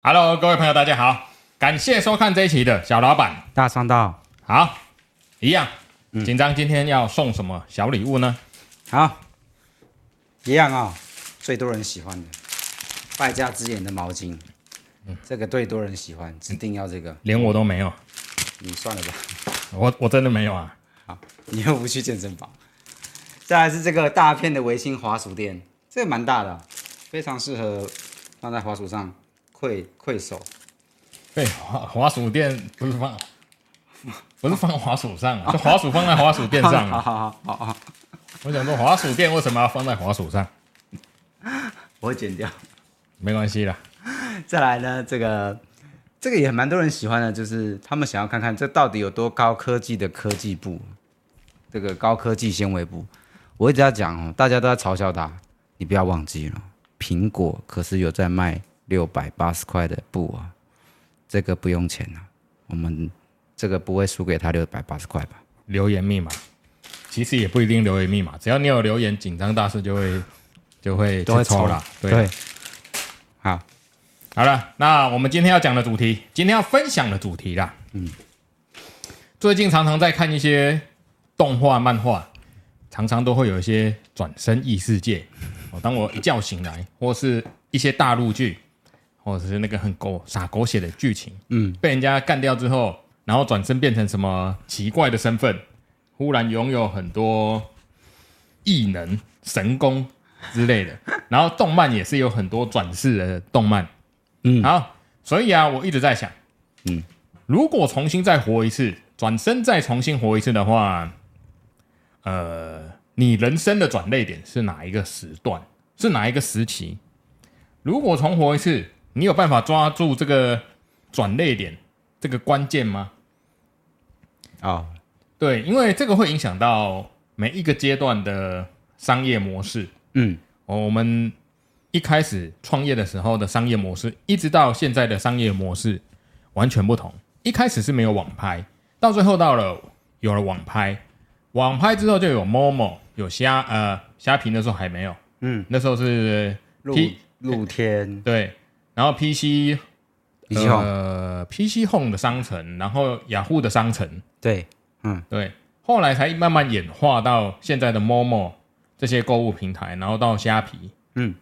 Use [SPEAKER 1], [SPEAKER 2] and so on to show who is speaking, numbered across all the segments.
[SPEAKER 1] Hello，各位朋友，大家好，感谢收看这一期的小老板。
[SPEAKER 2] 大商道，
[SPEAKER 1] 好，一样，紧张，今天要送什么小礼物呢？
[SPEAKER 2] 好，一样啊、最多人喜欢的败家之眼的毛巾，这个最多人喜欢，指定要这个，
[SPEAKER 1] 连我都没有，
[SPEAKER 2] 你算了吧，
[SPEAKER 1] 我我真的没有啊。
[SPEAKER 2] 好，你又不去健身房。再来是这个大片的维新滑鼠垫，这个蛮大的啊、非常适合放在滑鼠上溃溃手。
[SPEAKER 1] 对，滑滑鼠垫不是放，不是放滑鼠上啊， 就滑鼠放在滑鼠垫上
[SPEAKER 2] 好
[SPEAKER 1] 啊。
[SPEAKER 2] 好好好好，
[SPEAKER 1] 我想说，滑鼠垫为什么要放在滑鼠上？
[SPEAKER 2] 我会剪掉。
[SPEAKER 1] 没关系啦，
[SPEAKER 2] 再来呢，这个这个也蛮多人喜欢的，就是他们想要看看这到底有多高科技的科技布，这个高科技纤维布。我一直要讲哦，大家都在嘲笑它，你不要忘记了，苹果可是有在卖六百八十块的布啊，这个不用钱啊，我们这个不会输给他六百八十块吧？
[SPEAKER 1] 留言密码，其实也不一定留言密码，只要你有留言，紧张大师就会就会去抽啦。对，
[SPEAKER 2] 对，好，
[SPEAKER 1] 好了，那我们今天要讲的主题，今天要分享的主题啦，嗯，最近常常在看一些动画、漫画，常常都会有一些转身异世界。哦，当我一觉醒来，或是一些大陆剧，或者是那个很狗傻狗血的剧情，嗯，被人家干掉之后，然后转身变成什么奇怪的身份，忽然拥有很多异能、神功之类的。然后动漫也是有很多转世的动漫，
[SPEAKER 2] 嗯
[SPEAKER 1] 好，所以啊，我一直在想，
[SPEAKER 2] 嗯，
[SPEAKER 1] 如果重新再活一次，转身再重新活一次的话，呃，你人生的转泪点是哪一个时段？是哪一个时期？如果重活一次，你有办法抓住这个转泪点这个关键吗？
[SPEAKER 2] 哦，
[SPEAKER 1] 对，因为这个会影响到每一个阶段的商业模式。
[SPEAKER 2] 嗯，
[SPEAKER 1] 哦，我们一开始创业的时候的商业模式，一直到现在的商业模式完全不同。一开始是没有网拍，到最后到了有了网拍，网拍之后就有 Momo，有虾呃虾皮那时候还没有，
[SPEAKER 2] 嗯，
[SPEAKER 1] 那时候是
[SPEAKER 2] 露
[SPEAKER 1] P
[SPEAKER 2] 露天，
[SPEAKER 1] 对，然后 PC
[SPEAKER 2] 李奇宏，
[SPEAKER 1] 呃 PC Home 的商城，然后雅虎的商城，
[SPEAKER 2] 对，
[SPEAKER 1] 对，后来才慢慢演化到现在的 Momo 这些购物平台，然后到虾皮。
[SPEAKER 2] 嗯，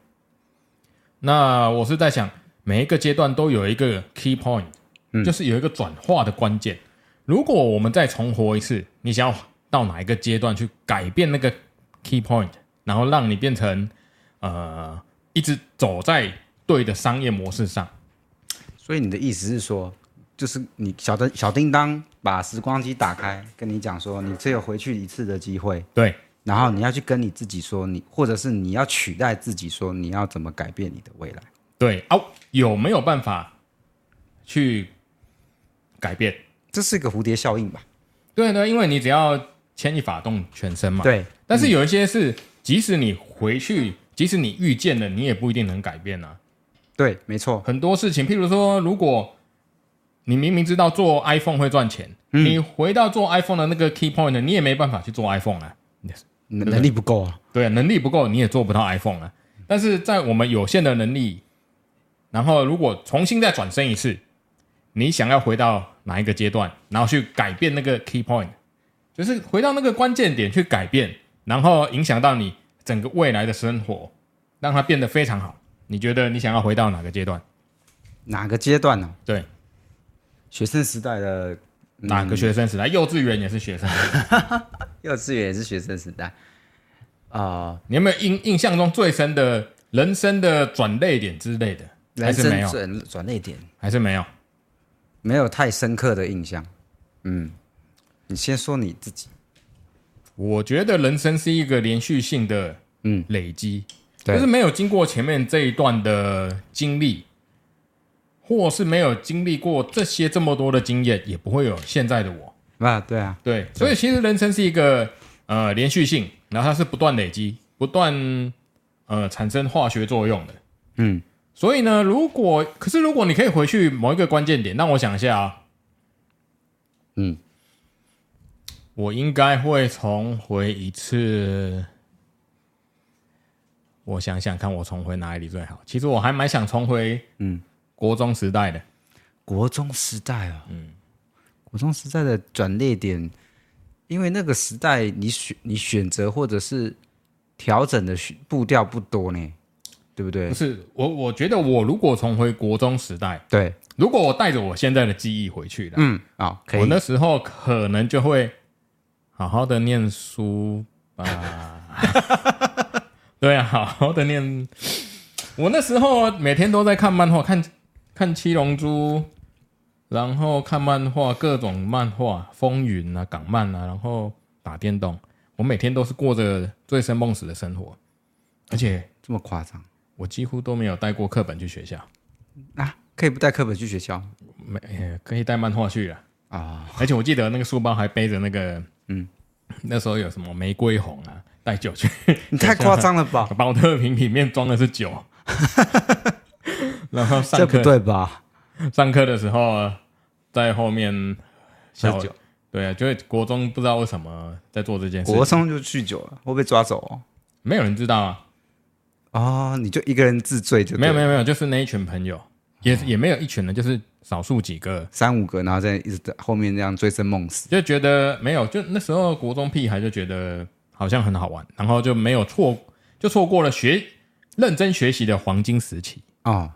[SPEAKER 1] 那我是在想，每一个阶段都有一个 key point，、就是有一个转化的关键。如果我们再重活一次，你想要到哪一个阶段去改变那个 key point，然后让你变成呃一直走在对的商业模式上？
[SPEAKER 2] 所以你的意思是说，就是你小的小叮当把时光机打开，跟你讲说，你只有回去一次的机会，
[SPEAKER 1] 对，
[SPEAKER 2] 然后你要去跟你自己说，你或者是你要取代自己说，你要怎么改变你的未来？
[SPEAKER 1] 对啊，有没有办法去改变？
[SPEAKER 2] 这是一个蝴蝶效应吧？
[SPEAKER 1] 对对，因为你只要牵一发动全身嘛。。
[SPEAKER 2] 对，
[SPEAKER 1] 但是有一些是，即使你回去，即使你遇见了，你也不一定能改变啊。
[SPEAKER 2] 对，没错，
[SPEAKER 1] 很多事情，譬如说，如果你明明知道做 iPhone 会赚钱，你回到做 iPhone 的那个 key point，你也没办法去做 iPhone 啊。
[SPEAKER 2] 能能力不够啊。
[SPEAKER 1] 对，能力不够，你也做不到 iPhone 啊。但是在我们有限的能力，然后如果重新再转身一次，你想要回到哪一个阶段，然后去改变那个 key point，就是回到那个关键点去改变，然后影响到你整个未来的生活，让它变得非常好。你觉得你想要回到哪个阶段？
[SPEAKER 2] 哪个阶段呢、
[SPEAKER 1] 对，
[SPEAKER 2] 学生时代的
[SPEAKER 1] 哪个学生时代？幼稚园也是学生。
[SPEAKER 2] 幼稚园也是学生时代啊、
[SPEAKER 1] 你有没有印印象中最深的人生的转泪点之类的？还
[SPEAKER 2] 人
[SPEAKER 1] 是没
[SPEAKER 2] 生
[SPEAKER 1] 有？
[SPEAKER 2] 转转捩点，
[SPEAKER 1] 还是没有？
[SPEAKER 2] 没有太深刻的印象。嗯，你先说你自己。
[SPEAKER 1] 我觉得人生是一个连续性的嗯累积，
[SPEAKER 2] 对
[SPEAKER 1] 就是没有经过前面这一段的经历，或是没有经历过这些这么多的经验，也不会有现在的我。
[SPEAKER 2] 啊，对啊，
[SPEAKER 1] 对，所以其实人生是一个呃连续性，然后它是不断累积，不断呃产生化学作用的。
[SPEAKER 2] 嗯，
[SPEAKER 1] 所以呢，如果可是如果你可以回去某一个关键点，让我想一下啊，
[SPEAKER 2] 嗯，
[SPEAKER 1] 我应该会重回一次。我想想看，我重回哪里最好？其实我还蛮想重回
[SPEAKER 2] 嗯
[SPEAKER 1] 国中时代的，
[SPEAKER 2] 国中时代啊，嗯，国中时代的转捩点，因为那个时代你选你选择或者是调整的选步调不多呢，对不对
[SPEAKER 1] 不？是我，我觉得我如果重回国中时代，
[SPEAKER 2] 对，
[SPEAKER 1] 如果我带着我现在的记忆回去了，
[SPEAKER 2] 嗯，啊、可
[SPEAKER 1] 我
[SPEAKER 2] 以，
[SPEAKER 1] 那时候可能就会好好的念书吧。 对啊，好好的念。我那时候每天都在看漫画，看看《七龙珠》，然后看漫画，各种漫画，风云啊、港漫啊，然后打电动。我每天都是过着醉生梦死的生活，而且
[SPEAKER 2] 这么夸张
[SPEAKER 1] 我几乎都没有带过课本去学校，
[SPEAKER 2] 啊？可以不带课本去学校
[SPEAKER 1] 没、呃可以带漫画去了。
[SPEAKER 2] 啊？
[SPEAKER 1] 而且我记得那个书包还背着那个，嗯，那时候有什么玫瑰红啊，带酒去，
[SPEAKER 2] 你 太夸张了吧？
[SPEAKER 1] 保特瓶里面装的是酒，然后
[SPEAKER 2] 这
[SPEAKER 1] 上
[SPEAKER 2] 不
[SPEAKER 1] 课
[SPEAKER 2] 对吧？
[SPEAKER 1] 上课的时候在后面小
[SPEAKER 2] 喝酒，
[SPEAKER 1] 对啊，就是国中不知道为什么在做这件事，
[SPEAKER 2] 国中就酗酒了，会被抓走哦。
[SPEAKER 1] 没有人知道啊，
[SPEAKER 2] 哦，你就一个人自醉就对哦
[SPEAKER 1] 没有没
[SPEAKER 2] 了
[SPEAKER 1] 有没有，就是那一群朋友，也也没有一群人，就是少数几个。
[SPEAKER 2] 三五个，然后再一直在后面这样醉生梦死。
[SPEAKER 1] 就觉得没有，就那时候国中屁孩就觉得好像很好玩，然后就没有错，就错过了学认真学习的黄金时期。
[SPEAKER 2] 哦，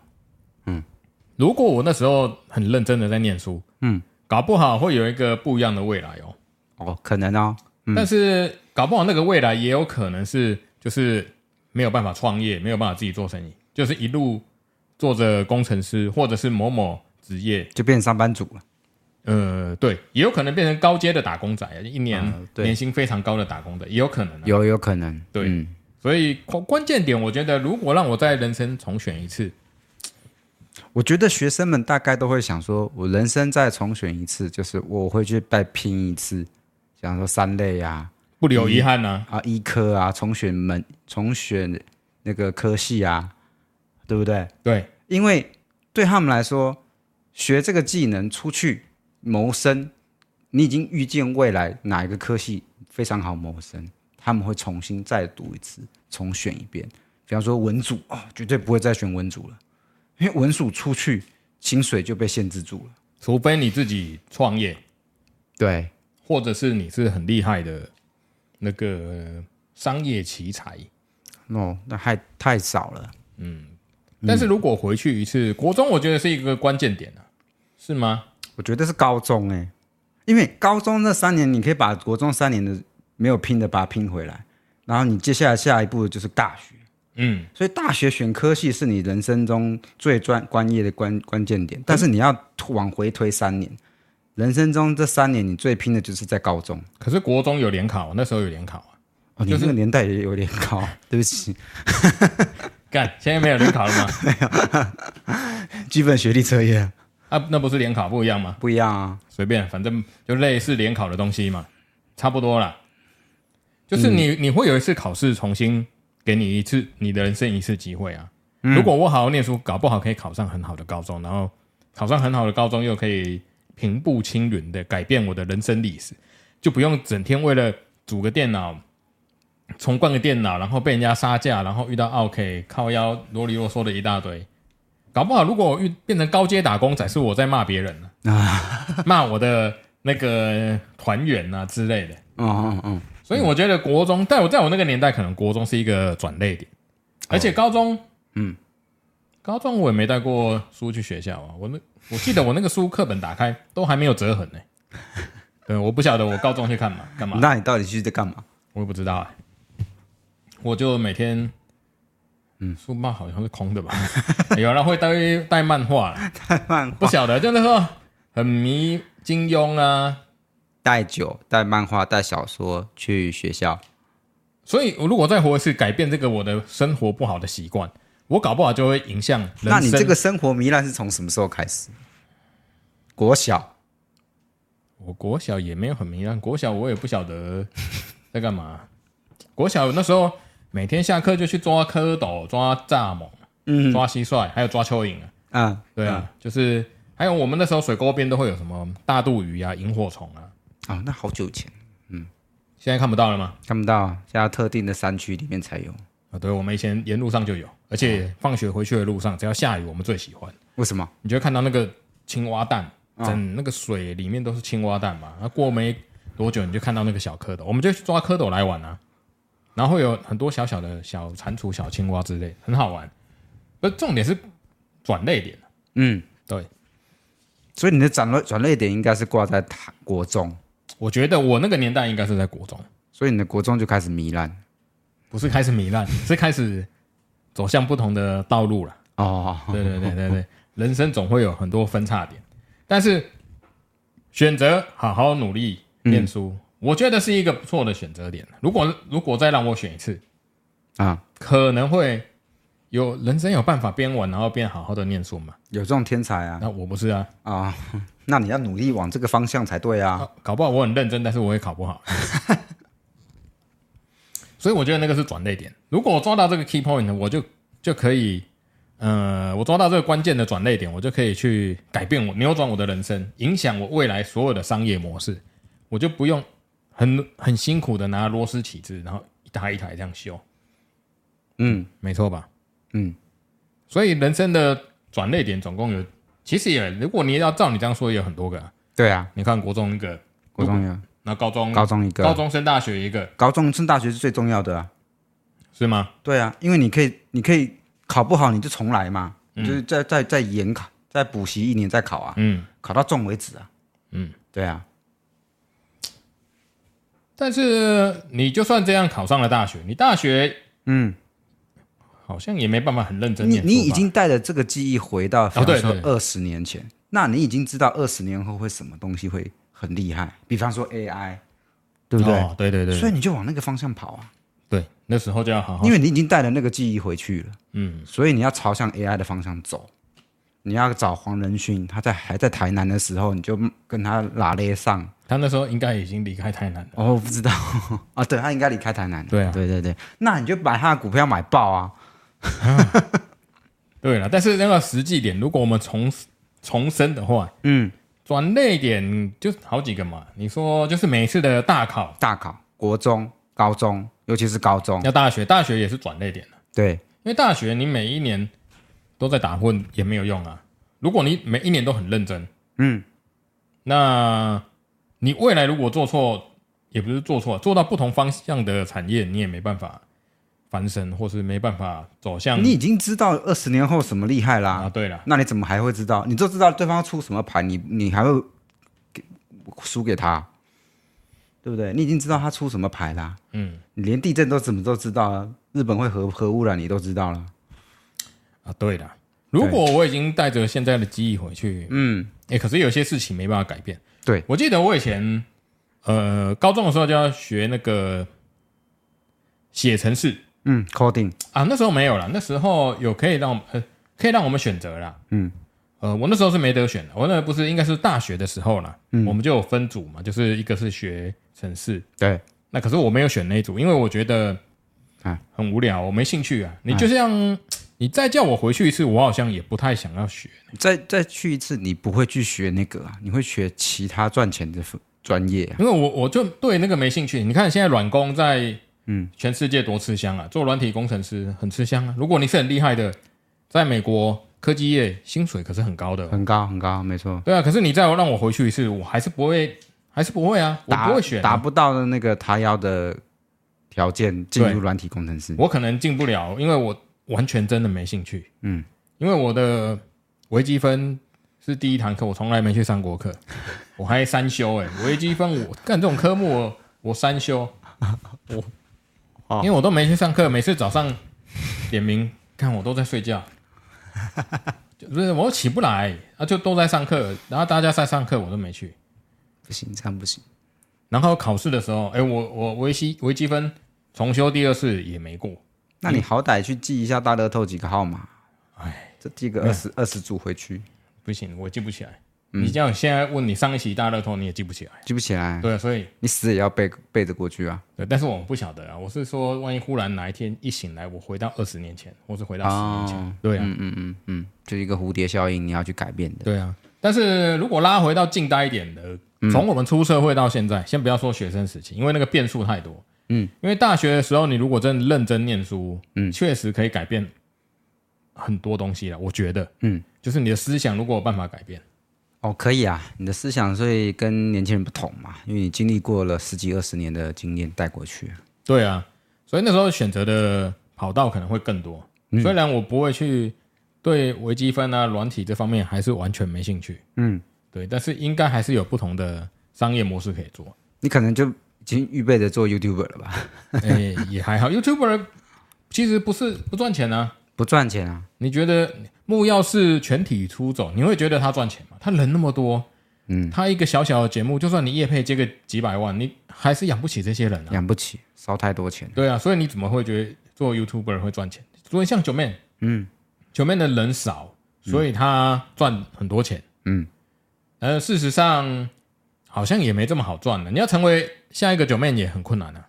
[SPEAKER 1] 如果我那时候很认真的在念书，
[SPEAKER 2] 嗯，
[SPEAKER 1] 搞不好会有一个不一样的未来哦。
[SPEAKER 2] 哦，可能哦，
[SPEAKER 1] 但是搞不好那个未来也有可能是就是没有办法创业，没有办法自己做生意，就是一路做着工程师或者是某某职业，
[SPEAKER 2] 就变成上班族了。
[SPEAKER 1] 呃，对，也有可能变成高阶的打工仔，一年、
[SPEAKER 2] 啊对
[SPEAKER 1] 年薪非常高的打工的，也有可能、啊。
[SPEAKER 2] 有有可能，
[SPEAKER 1] 对
[SPEAKER 2] 嗯
[SPEAKER 1] 所以关关键点，我觉得如果让我在人生重选一次，
[SPEAKER 2] 我觉得学生们大概都会想说，我人生再重选一次，就是我会去再拼一次，想说三类啊
[SPEAKER 1] 不留遗憾呢、
[SPEAKER 2] 啊医科啊，重选门重选那个科系啊，对不对？
[SPEAKER 1] 对，
[SPEAKER 2] 因为对他们来说，学这个技能出去谋生，你已经预见未来哪一个科系非常好谋生，他们会重新再读一次，重选一遍。比方说文组哦，绝对不会再选文组了，因为文组出去薪水就被限制住了。
[SPEAKER 1] 除非你自己创业，
[SPEAKER 2] 对，
[SPEAKER 1] 或者是你是很厉害的那个商业奇才。
[SPEAKER 2] 哦，那还太少了。
[SPEAKER 1] 但是如果回去一次，国中我觉得是一个关键点啊，是吗？
[SPEAKER 2] 我觉得是高中哎、因为高中那三年，你可以把国中三年的没有拼的把它拼回来，然后你接下来下一步就是大学。
[SPEAKER 1] 嗯，
[SPEAKER 2] 所以大学选科系是你人生中最专专业的关关键点，但是你要往回推三年，人生中这三年你最拼的就是在高中。
[SPEAKER 1] 可是国中有联考，那时候有联考啊，
[SPEAKER 2] 哦，你
[SPEAKER 1] 就是
[SPEAKER 2] 那个年代也有点高， 对不起，
[SPEAKER 1] 干，现在没有联考了吗？
[SPEAKER 2] 基本学历测验
[SPEAKER 1] 啊，那不是联考不一样吗？
[SPEAKER 2] 不一样啊。
[SPEAKER 1] 随便，反正就类似联考的东西嘛，差不多啦。就是你、你会有一次考试，重新给你一次你的人生一次机会啊。如果我好好念书，搞不好可以考上很好的高中，然后考上很好的高中，又可以平步青云的改变我的人生历史，就不用整天为了组个电脑。重灌个电脑，然后被人家杀价，然后遇到 OK 靠腰啰里啰嗦的一大堆，搞不好如果我遇变成高阶打工仔，是我在骂别人呢、骂我的那个团员啊之类的。
[SPEAKER 2] 嗯嗯嗯，
[SPEAKER 1] 所以我觉得国中，在我在我那个年代，可能国中是一个转类点，而且高中，
[SPEAKER 2] 嗯，
[SPEAKER 1] 高中我也没带过书去学校啊。我那我记得我那个书课本打开都还没有折痕呢、 对，我不晓得我高中去干嘛干嘛，
[SPEAKER 2] 那你到底去在干嘛？
[SPEAKER 1] 我也不知道啊、我就每天，嗯，书包好像是空的吧？ 有人会带带漫画啦，
[SPEAKER 2] 漫
[SPEAKER 1] 不晓得，就那时候很迷金庸啊，
[SPEAKER 2] 带酒、带漫画、带小说去学校，
[SPEAKER 1] 所以，我如果再活一次，改变这个我的生活不好的习惯，我搞不好就会影响人生。
[SPEAKER 2] 那你这个生活糜烂是从什么时候开始？国小
[SPEAKER 1] 我国小也没有很迷烂，国小我也不晓得 在干嘛。国小那时候每天下课就去抓蝌蚪、抓蚱蜢、
[SPEAKER 2] 嗯
[SPEAKER 1] 抓蟋蟀，还有抓蚯蚓啊。
[SPEAKER 2] 啊，
[SPEAKER 1] 对啊，就是还有我们那时候水沟边都会有什么大肚鱼啊、萤火虫啊，
[SPEAKER 2] 哦，那好久以前
[SPEAKER 1] 现在看不到了吗？
[SPEAKER 2] 看不到，现在特定的山区里面才有。哦
[SPEAKER 1] 啊，对，我们以前沿路上就有，而且放学回去的路上，只要下雨，我们最喜欢。
[SPEAKER 2] 为什么？
[SPEAKER 1] 你就会看到那个青蛙蛋，
[SPEAKER 2] 哦
[SPEAKER 1] 整那个水里面都是青蛙蛋嘛。那过没多久，你就看到那个小蝌蚪，我们就去抓蝌蚪来玩啊。然后会有很多小小的小蟾蜍、小青蛙之类，很好玩。不，重点是转泪点，啊
[SPEAKER 2] 嗯，
[SPEAKER 1] 对。
[SPEAKER 2] 所以你的转类转类点应该是挂在他国中，
[SPEAKER 1] 我觉得我那个年代应该是在国中，
[SPEAKER 2] 所以你的国中就开始糜烂。
[SPEAKER 1] 不是开始糜烂，是开始走向不同的道路了。
[SPEAKER 2] 哦，
[SPEAKER 1] 对对对对对，人生总会有很多分叉点，但是选择好好努力念书，我觉得是一个不错的选择点。啊如果如果再让我选一次，
[SPEAKER 2] 啊，
[SPEAKER 1] 可能会有人生有办法边玩然后边好好的念书嘛？
[SPEAKER 2] 有这种天才啊
[SPEAKER 1] 那我不是啊，
[SPEAKER 2] 啊、 那你要努力往这个方向才对啊。
[SPEAKER 1] 搞不好我很认真，但是我也考不好。 所以我觉得那个是转类点。如果我抓到这个 key point，我就就可以，呃，我抓到这个关键的转类点，我就可以去改变我、扭转我的人生，影响我未来所有的商业模式。我就不用很很辛苦的拿螺丝起子，然后一台一台这样修，
[SPEAKER 2] 嗯
[SPEAKER 1] 没错吧？
[SPEAKER 2] 嗯，
[SPEAKER 1] 所以人生的转类点总共有，其实也，如果你要照你这样说，也有很多个啊、
[SPEAKER 2] 对啊，
[SPEAKER 1] 你看国中一个，
[SPEAKER 2] 国中有，
[SPEAKER 1] 那高中
[SPEAKER 2] 高中一个，
[SPEAKER 1] 高中升大学一个
[SPEAKER 2] 高中升大学是最重要的啊。
[SPEAKER 1] 是吗？
[SPEAKER 2] 对啊，因为你可以，你可以考不好你就重来嘛，就是再再再研考，再补习一年再考啊，
[SPEAKER 1] 嗯，
[SPEAKER 2] 考到中为止啊。
[SPEAKER 1] 嗯，
[SPEAKER 2] 对啊，
[SPEAKER 1] 但是你就算这样考上了大学，你大学
[SPEAKER 2] 嗯，
[SPEAKER 1] 好像也没办法很认真
[SPEAKER 2] 你
[SPEAKER 1] 念书吧
[SPEAKER 2] 你已经带着这个记忆回到，比
[SPEAKER 1] 哦
[SPEAKER 2] 方
[SPEAKER 1] 对
[SPEAKER 2] 说
[SPEAKER 1] 对
[SPEAKER 2] 二十年前，那你已经知道二十年后会什么东西会很厉害，比方说 AI，对不对？
[SPEAKER 1] 哦对对对，哦
[SPEAKER 2] 所
[SPEAKER 1] 对
[SPEAKER 2] 以你就往那个方向跑啊，
[SPEAKER 1] 对那时候就要好好
[SPEAKER 2] 因为你已经带着那个记忆回去了，
[SPEAKER 1] 嗯
[SPEAKER 2] 所以你要朝向 AI 的方向走。你要找黄仁勋，他在还在台南的时候，你就跟他拉勒上，
[SPEAKER 1] 他那时候应该已经离开台南了，
[SPEAKER 2] 哦，我不知道 啊，对他应该离开台南了。
[SPEAKER 1] 对啊
[SPEAKER 2] 对对对，那你就把他的股票买爆啊！
[SPEAKER 1] 对了，但是那个实际点，如果我们重重生的话，
[SPEAKER 2] 嗯，
[SPEAKER 1] 转类点就好几个嘛，你说就是每次的大考
[SPEAKER 2] 大考、国中、高中，尤其是高中，
[SPEAKER 1] 要大学，大学也是转类点了
[SPEAKER 2] 对，
[SPEAKER 1] 因为大学你每一年都在打混也没有用啊。如果你每一年都很认真，
[SPEAKER 2] 嗯，
[SPEAKER 1] 那你未来如果做错，也不是做错，做到不同方向的产业，你也没办法翻身，或是没办法走向
[SPEAKER 2] 你已经知道二十年后什么厉害啦、
[SPEAKER 1] 嗯啊。对了，
[SPEAKER 2] 那你怎么还会知道？你就知道对方出什么牌，你你还会给输给他，对不对？你已经知道他出什么牌啦，
[SPEAKER 1] 嗯
[SPEAKER 2] 你连地震都怎么都知道了，日本会核核污染你都知道了，
[SPEAKER 1] 啊，对了，如果我已经带着现在的记忆回去，
[SPEAKER 2] 嗯，
[SPEAKER 1] 哎、可是有些事情没办法改变。
[SPEAKER 2] 对，
[SPEAKER 1] 我记得我以前呃高中的时候就要学那个写程式，
[SPEAKER 2] 嗯，coding，
[SPEAKER 1] 啊，那时候没有啦，那时候有可以让我们呃可以让我们选择啦。
[SPEAKER 2] 嗯，
[SPEAKER 1] 呃，我那时候是没得选的，我那不是应该是大学的时候啦，
[SPEAKER 2] 嗯
[SPEAKER 1] 我们就有分组嘛，就是一个是学城市，
[SPEAKER 2] 对，
[SPEAKER 1] 那可是我没有选那一组，因为我觉得
[SPEAKER 2] 啊
[SPEAKER 1] 很无聊，我没兴趣啊。你就像、你再叫我回去一次，我好像也不太想要学。
[SPEAKER 2] 再再去一次，你不会去学那个啊，你会学其他赚钱的分专业啊。
[SPEAKER 1] 因为我我就对那个没兴趣。你看现在软工在嗯全世界多吃香啊，做软体工程师很吃香啊。如果你是很厉害的，在美国科技业薪水可是很高的哦、
[SPEAKER 2] 很高很高，没错。
[SPEAKER 1] 对啊，可是你再让我回去一次，我还是不会，还是不会啊，我
[SPEAKER 2] 达
[SPEAKER 1] 不会选啊、
[SPEAKER 2] 达不到的那个他要的条件，进入
[SPEAKER 1] 对
[SPEAKER 2] 软体工程师。
[SPEAKER 1] 我可能进不了，因为我完全真的没兴趣。
[SPEAKER 2] 嗯，
[SPEAKER 1] 因为我的微积分是第一堂课，我从来没去上过 课，我还三修哎、微积分我干这种科目我我三修，我
[SPEAKER 2] 哦
[SPEAKER 1] 因为我都没去上课，每次早上点名看我都在睡 觉，就不是我起不来啊，就都在上课，然后大家在上课我都没去。
[SPEAKER 2] 不行，这样不行。
[SPEAKER 1] 然后考试的时候，哎，我我微积微积分重修第二次也没过，
[SPEAKER 2] 那你好歹去记一下大乐透几个号码。哎，这记个二十二十组回去，
[SPEAKER 1] 不行，我记不起来。你这样现在问你上一期大乐透，你也记不起来。
[SPEAKER 2] 记不起来，
[SPEAKER 1] 对啊，所以
[SPEAKER 2] 你死也要背背着过去啊。
[SPEAKER 1] 对，但是我们不晓得啊。我是说，万一忽然哪一天一醒来，我回到二十年前，或是回到十年前，
[SPEAKER 2] 哦
[SPEAKER 1] 对啊，
[SPEAKER 2] 嗯嗯嗯嗯，就一个蝴蝶效应，你要去改变的。
[SPEAKER 1] 对嗯啊。但是如果拉回到近代一点的，从我们出社会到现在，先不要说学生时期，因为那个变数太多。嗯，因为大学的时候，你如果真的认真念书，嗯，确实可以改变很多东西了。我觉得，嗯，就是你的思想如果有办法改变，
[SPEAKER 2] 哦，可以啊，你的思想所以跟年轻人不同嘛，因为你经历过了十几二十年的经验带过去。
[SPEAKER 1] 对啊，所以那时候选择的跑道可能会更多。虽然我不会去对微积分啊、软体这方面还是完全没兴趣，嗯，对，但是应该还是有不同的商业模式可以做。
[SPEAKER 2] 你可能就已经预备着做 YouTuber 了吧？
[SPEAKER 1] 哎、也还好，YouTuber 其实不是不赚钱啊。
[SPEAKER 2] 不赚钱啊？
[SPEAKER 1] 你觉得木曜是全体出走，你会觉得他赚钱吗？他人那么多，嗯，他一个小小的节目，就算你业配接个几百万，你还是养不起这些人啊。
[SPEAKER 2] 养不起，烧太多钱。
[SPEAKER 1] 对啊，所以你怎么会觉得做 YouTuber 会赚钱？所以像九妹，嗯，九妹的人少，所以她赚很多钱，
[SPEAKER 2] 嗯，
[SPEAKER 1] 呃，事实上好像也没这么好赚啊了。你要成为下一个九妹也很困难啊。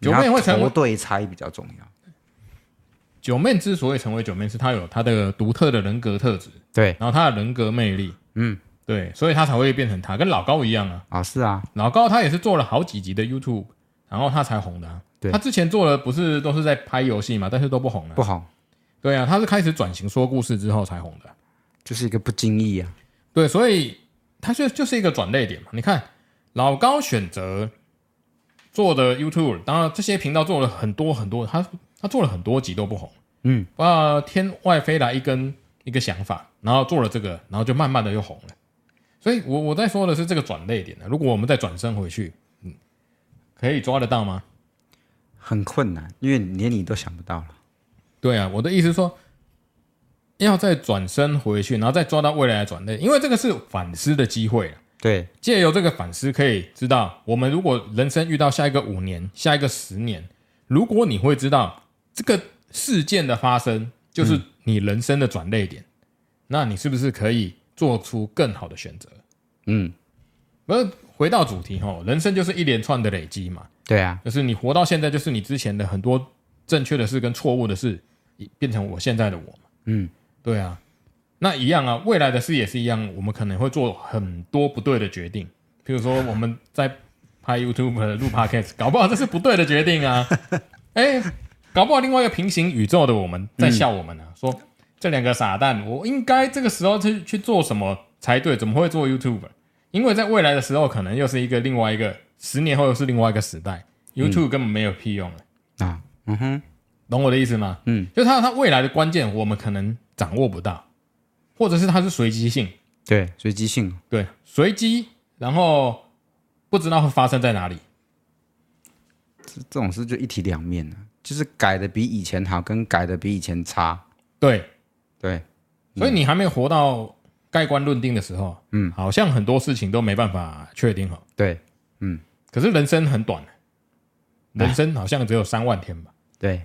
[SPEAKER 1] 九妹会成
[SPEAKER 2] 你要
[SPEAKER 1] 为
[SPEAKER 2] 投对猜比较重要。
[SPEAKER 1] 九妹之所以成为九妹，是她有她的独特的人格特质，
[SPEAKER 2] 对
[SPEAKER 1] 然后她的人格魅力，
[SPEAKER 2] 嗯，
[SPEAKER 1] 对，所以她才会变成她，跟老高一样啊。
[SPEAKER 2] 啊，是啊，
[SPEAKER 1] 老高他也是做了好几集的 YouTube，然后他才红的、啊。
[SPEAKER 2] 对
[SPEAKER 1] 他之前做的不是都是在拍游戏嘛，但是都不红了、
[SPEAKER 2] 不好，
[SPEAKER 1] 对啊，他是开始转型说故事之后才红的。啊
[SPEAKER 2] 就是一个不经意啊。
[SPEAKER 1] 对，所以他就就是一个转类点嘛。你看老高选择做的 YouTube，当然这些频道做了很多很多，他他做了很多集都不红。
[SPEAKER 2] 嗯，
[SPEAKER 1] 啊，天外飞来一根一个想法，然后做了这个，然后就慢慢的又红了。所以我我在说的是这个转类点呢、啊如果我们再转身回去，嗯，可以抓得到吗？
[SPEAKER 2] 很困难，因为连你都想不到了。
[SPEAKER 1] 对啊，我的意思是说，要再转身回去，然后再抓到未来的转类，因为这个是反思的机会啊。
[SPEAKER 2] 对，
[SPEAKER 1] 借由这个反思，可以知道我们如果人生遇到下一个五年、下一个十年，如果你会知道这个事件的发生就是你人生的转捩点，那你是不是可以做出更好的选择？
[SPEAKER 2] 嗯，
[SPEAKER 1] 而回到主题吼，人生就是一连串的累积嘛，
[SPEAKER 2] 对啊，
[SPEAKER 1] 就是你活到现在，就是你之前的很多正确的事跟错误的事，变成我现在的我嘛。
[SPEAKER 2] 嗯，
[SPEAKER 1] 对啊，那一样啊，未来的事也是一样，我们可能会做很多不对的决定，譬如说我们在拍 YouTube 录 Podcast，搞不好这是不对的决定啊。哎、搞不好另外一个平行宇宙的我们在笑我们呢、啊说这两个傻蛋，我应该这个时候去去做什么才对？怎么会做 YouTube？因为在未来的时候，可能又是一个另外一个十年后又是另外一个时代，YouTube 根本没有屁用了，
[SPEAKER 2] 啊，嗯哼，
[SPEAKER 1] 懂我的意思吗？
[SPEAKER 2] 嗯，
[SPEAKER 1] 就它它未来的关键，我们可能掌握不到，或者是它是随机性，
[SPEAKER 2] 对，随机性，
[SPEAKER 1] 对，随机，然后不知道会发生在哪里。
[SPEAKER 2] 这这种事就一体两面了、就是改的比以前好，跟改的比以前差。
[SPEAKER 1] 对，
[SPEAKER 2] 对，
[SPEAKER 1] 所以你还没活到盖棺论定的时候，嗯，好像很多事情都没办法确定好。
[SPEAKER 2] 对，
[SPEAKER 1] 可是人生很短，人生好像只有三万天吧。
[SPEAKER 2] 对，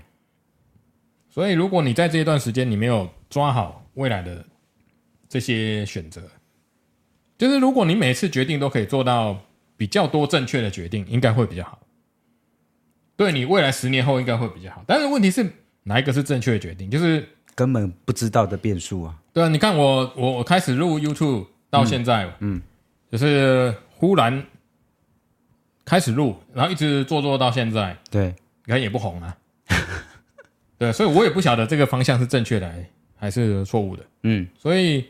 [SPEAKER 1] 所以，如果你在这一段时间你没有抓好未来的这些选择，就是如果你每次决定都可以做到比较多正确的决定，应该会比较好。对你未来十年后应该会比较好，但是问题是哪一个是正确的决定？就是
[SPEAKER 2] 根本不知道的变数啊。
[SPEAKER 1] 对啊，你看我我我开始录 YouTube 到现在，嗯，就是忽然开始录，然后一直做做到现在，
[SPEAKER 2] 对，
[SPEAKER 1] 你看也不红啊。 对，所以我也不晓得这个方向是正确的还是错误的。
[SPEAKER 2] 嗯，
[SPEAKER 1] 所以，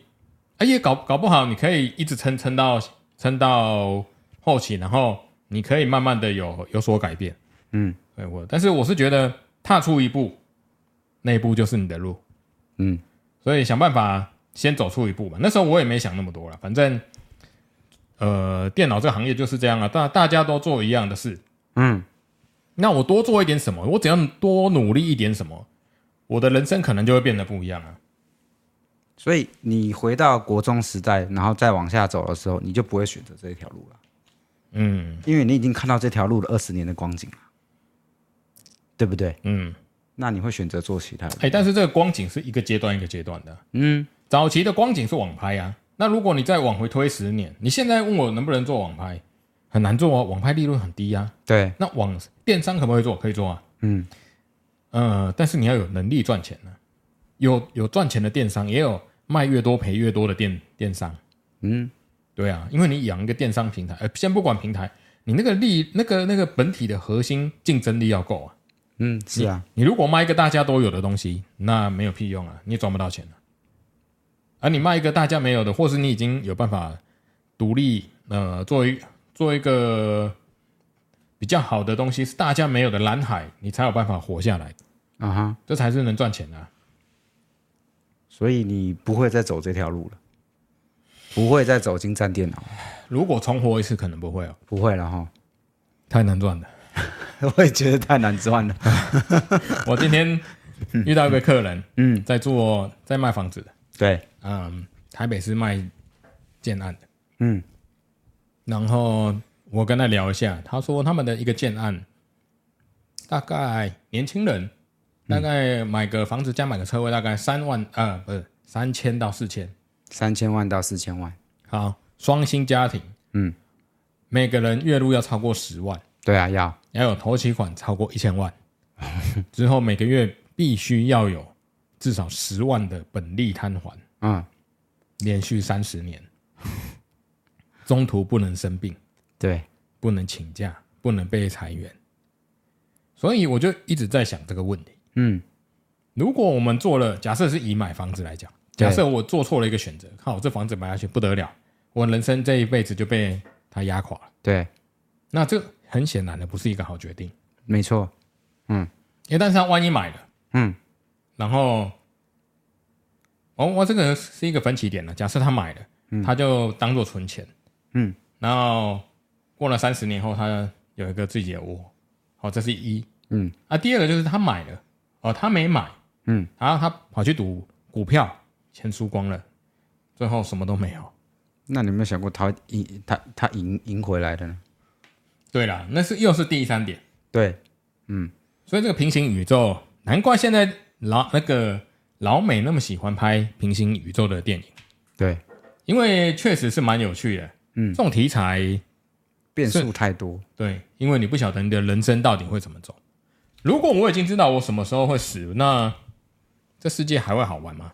[SPEAKER 1] 哎、也搞搞不好，你可以一直撑撑到撑到后期，然后你可以慢慢的有有所改变。
[SPEAKER 2] 嗯，
[SPEAKER 1] 对我，但是我是觉得踏出一步，那一步就是你的路。
[SPEAKER 2] 嗯，
[SPEAKER 1] 所以想办法先走出一步吧。那时候我也没想那么多了，反正，呃，电脑这个行业就是这样啊，大大家都做一样的事，
[SPEAKER 2] 嗯，
[SPEAKER 1] 那我多做一点什么，我只要多努力一点什么，我的人生可能就会变得不一样啊。
[SPEAKER 2] 所以你回到国中时代，然后再往下走的时候，你就不会选择这一条路了，
[SPEAKER 1] 嗯
[SPEAKER 2] 因为你已经看到这条路的二十年的光景了，对不对？
[SPEAKER 1] 嗯，
[SPEAKER 2] 那你会选择做其他的
[SPEAKER 1] 哎、？但是这个光景是一个阶段一个阶段的。嗯，早期的光景是网拍啊，那如果你再往回推十年，你现在问我能不能做网拍，很难做啊，网拍利润很低啊。
[SPEAKER 2] 对，
[SPEAKER 1] 那网电商可不可以做？可以做啊。
[SPEAKER 2] 嗯，
[SPEAKER 1] 呃，但是你要有能力赚钱呢、有有赚钱的电商，也有卖越多赔越多的电电商。
[SPEAKER 2] 嗯，
[SPEAKER 1] 对啊，因为你养一个电商平台，呃，先不管平台，你那个利那个那个本体的核心竞争力要够啊。
[SPEAKER 2] 嗯，是啊，
[SPEAKER 1] 你如果卖一个大家都有的东西，那没有屁用啊，你赚不到钱啊。而你卖一个大家没有的，或是你已经有办法独立，呃，做一做一个比较好的东西，是大家没有的蓝海，你才有办法活下来，
[SPEAKER 2] 啊哈，
[SPEAKER 1] 这才是能赚钱的啊、
[SPEAKER 2] 所以你不会再走这条路了，不会再走精湛电脑，
[SPEAKER 1] 如果重活一次，可能不会哦，
[SPEAKER 2] 不会了哈。
[SPEAKER 1] 太难赚了。
[SPEAKER 2] 我也觉得太难赚了。
[SPEAKER 1] 我今天遇到一个客人， 嗯，在做在卖房子的，
[SPEAKER 2] 对，
[SPEAKER 1] 嗯，台北是卖建案的，
[SPEAKER 2] 嗯，
[SPEAKER 1] 然后我跟他聊一下，他说他们的一个建案，大概年轻人大概买个房子加买个车位，大概三万呃不是三千到四千，
[SPEAKER 2] 三千万到四千万，
[SPEAKER 1] 好，双薪家庭，
[SPEAKER 2] 嗯，
[SPEAKER 1] 每个人月入要超过十万，
[SPEAKER 2] 对啊，要
[SPEAKER 1] 要有头期款超过一千 万，之后每个月必须要有至少十万的本利摊还，
[SPEAKER 2] 嗯，
[SPEAKER 1] 连续三十年， 中途不能生病，
[SPEAKER 2] 对，
[SPEAKER 1] 不能请假，不能被裁员。所以我就一直在想这个问题：
[SPEAKER 2] 嗯，
[SPEAKER 1] 如果我们做了，假设是以买房子来讲，
[SPEAKER 2] 对
[SPEAKER 1] 假设我做错了一个选择，看我这房子买下去不得了，我人生这一辈子就被它压垮了。
[SPEAKER 2] 对，
[SPEAKER 1] 那这很显然的不是一个好决定，
[SPEAKER 2] 没错，
[SPEAKER 1] 因为但是他万一买了，
[SPEAKER 2] 嗯，
[SPEAKER 1] 然后，哦，我这个是一个分歧点啊了。假设他买了，他就当做存钱，
[SPEAKER 2] 嗯，
[SPEAKER 1] 然后过了三十年后，他有一个自己的窝，好、这是一，
[SPEAKER 2] 嗯，
[SPEAKER 1] 啊，第二个就是他买了，哦，他没买，
[SPEAKER 2] 嗯，
[SPEAKER 1] 然后他跑去赌股票，钱输光了，最后什么都没有。
[SPEAKER 2] 那你有没有想过他赢他他赢赢回来的呢？
[SPEAKER 1] 对啦，那是又是第三点，
[SPEAKER 2] 对，
[SPEAKER 1] 所以这个平行宇宙，难怪现在老那个老美那么喜欢拍平行宇宙的电影。
[SPEAKER 2] 对，
[SPEAKER 1] 因为确实是蛮有趣的。嗯，这种题材，
[SPEAKER 2] 变数太多，
[SPEAKER 1] 对，因为你不晓得你的人生到底会怎么走。如果我已经知道我什么时候会死，那这世界还会好玩吗？